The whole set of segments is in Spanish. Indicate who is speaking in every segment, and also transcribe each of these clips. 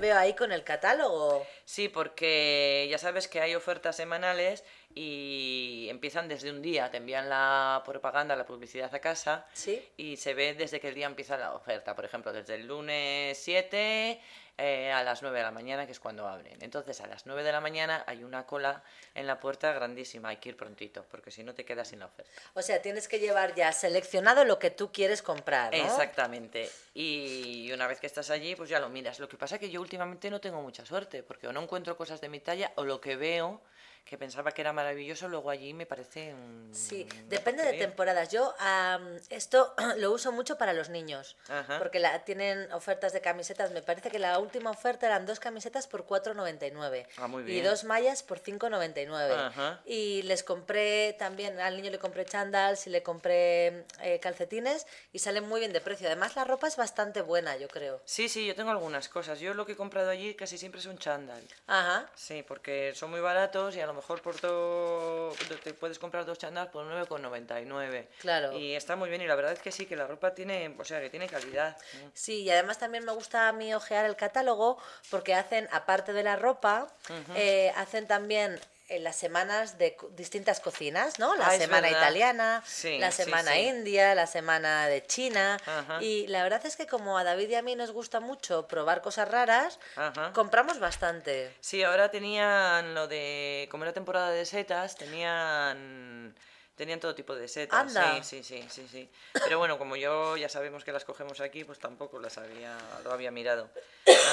Speaker 1: veo ahí con el catálogo.
Speaker 2: Sí, porque ya sabes que hay ofertas semanales y empiezan desde un día. Te envían la propaganda, la publicidad a casa
Speaker 1: Sí.
Speaker 2: y se ve desde qué día empieza la oferta. Por ejemplo, desde el lunes 7 eh, a las 9 de la mañana, que es cuando abren. Entonces, a las 9 de la mañana hay una cola en la puerta grandísima. Hay que ir prontito, porque si no te quedas sin la oferta.
Speaker 1: O sea, tienes que llevar ya seleccionado lo que tú quieres comprar, ¿no?
Speaker 2: Exactamente. Y una vez que estás allí, pues ya lo miras. Lo que pasa es que yo últimamente no tengo mucha suerte, porque o no encuentro cosas de mi talla, o lo que veo, que pensaba que era maravilloso, luego allí me parece un... ¿eh?
Speaker 1: Sí,
Speaker 2: una
Speaker 1: depende de
Speaker 2: porquería.
Speaker 1: temporadas. Yo am, esto lo uso mucho para los niños,
Speaker 2: Ajá.
Speaker 1: porque la, tienen ofertas de camisetas. Me parece que la última oferta eran dos camisetas por 4,99
Speaker 2: Ah, muy
Speaker 1: y
Speaker 2: bien.
Speaker 1: dos mallas por 5,99.
Speaker 2: Ajá.
Speaker 1: Y les compré también, al niño le compré chandals y le compré eh, calcetines y salen muy bien de precio. Además, la ropa es bastante buena, yo creo.
Speaker 2: Sí, sí, yo tengo algunas cosas. Yo lo que he comprado allí casi siempre es un chándal.
Speaker 1: Ajá.
Speaker 2: Sí, porque son muy baratos y a lo mejor por todo te puedes comprar dos chándal por 9,99.
Speaker 1: Claro.
Speaker 2: Y está muy bien y la verdad es que sí, que la ropa tiene, o sea, que tiene calidad.
Speaker 1: Sí, y además también me gusta a mí ojear el catálogo porque hacen, aparte de la ropa, eh, hacen también eh, las semanas de co- distintas cocinas, ¿no? La
Speaker 2: Ah, es
Speaker 1: semana
Speaker 2: verdad.
Speaker 1: italiana,
Speaker 2: Sí,
Speaker 1: la
Speaker 2: sí,
Speaker 1: semana
Speaker 2: sí.
Speaker 1: india, la semana de China.
Speaker 2: Ajá.
Speaker 1: Y la verdad es que como a David y a mí nos gusta mucho probar cosas raras,
Speaker 2: Ajá.
Speaker 1: compramos bastante.
Speaker 2: Sí, ahora tenían lo de. Como era temporada de setas, tenían. Tenían todo tipo de setas.
Speaker 1: Anda.
Speaker 2: Sí, sí, sí, sí, sí. Pero bueno, como yo ya sabemos que las cogemos aquí, pues tampoco las había, lo había mirado.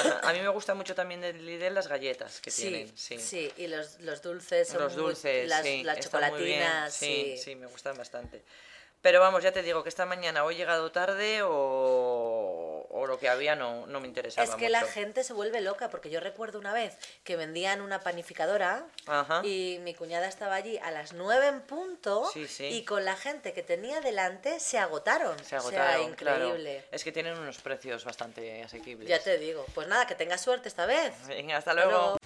Speaker 2: Ajá. A mí me gusta mucho también de Lidl las galletas que tienen. Sí,
Speaker 1: sí, y los, los dulces, son
Speaker 2: Los
Speaker 1: muy-
Speaker 2: dulces,
Speaker 1: las,
Speaker 2: sí,
Speaker 1: las
Speaker 2: están muy bien.
Speaker 1: chocolatinas,
Speaker 2: Sí, sí, me gustan bastante. Pero vamos, ya te digo que esta mañana o he llegado tarde o, o lo que había no, no me interesaba
Speaker 1: Es que la
Speaker 2: mucho.
Speaker 1: gente se vuelve loca, porque yo recuerdo una vez que vendían una panificadora
Speaker 2: Ajá.
Speaker 1: y mi cuñada estaba allí a las 9 en punto
Speaker 2: Sí, sí.
Speaker 1: y con la gente que tenía delante se agotaron.
Speaker 2: Se
Speaker 1: o sea,
Speaker 2: agotaron, claro.
Speaker 1: increíble.
Speaker 2: Es que tienen unos precios bastante asequibles.
Speaker 1: Ya te digo, pues nada, que tengas suerte esta vez.
Speaker 2: Venga, hasta
Speaker 1: Hasta
Speaker 2: luego.
Speaker 1: luego.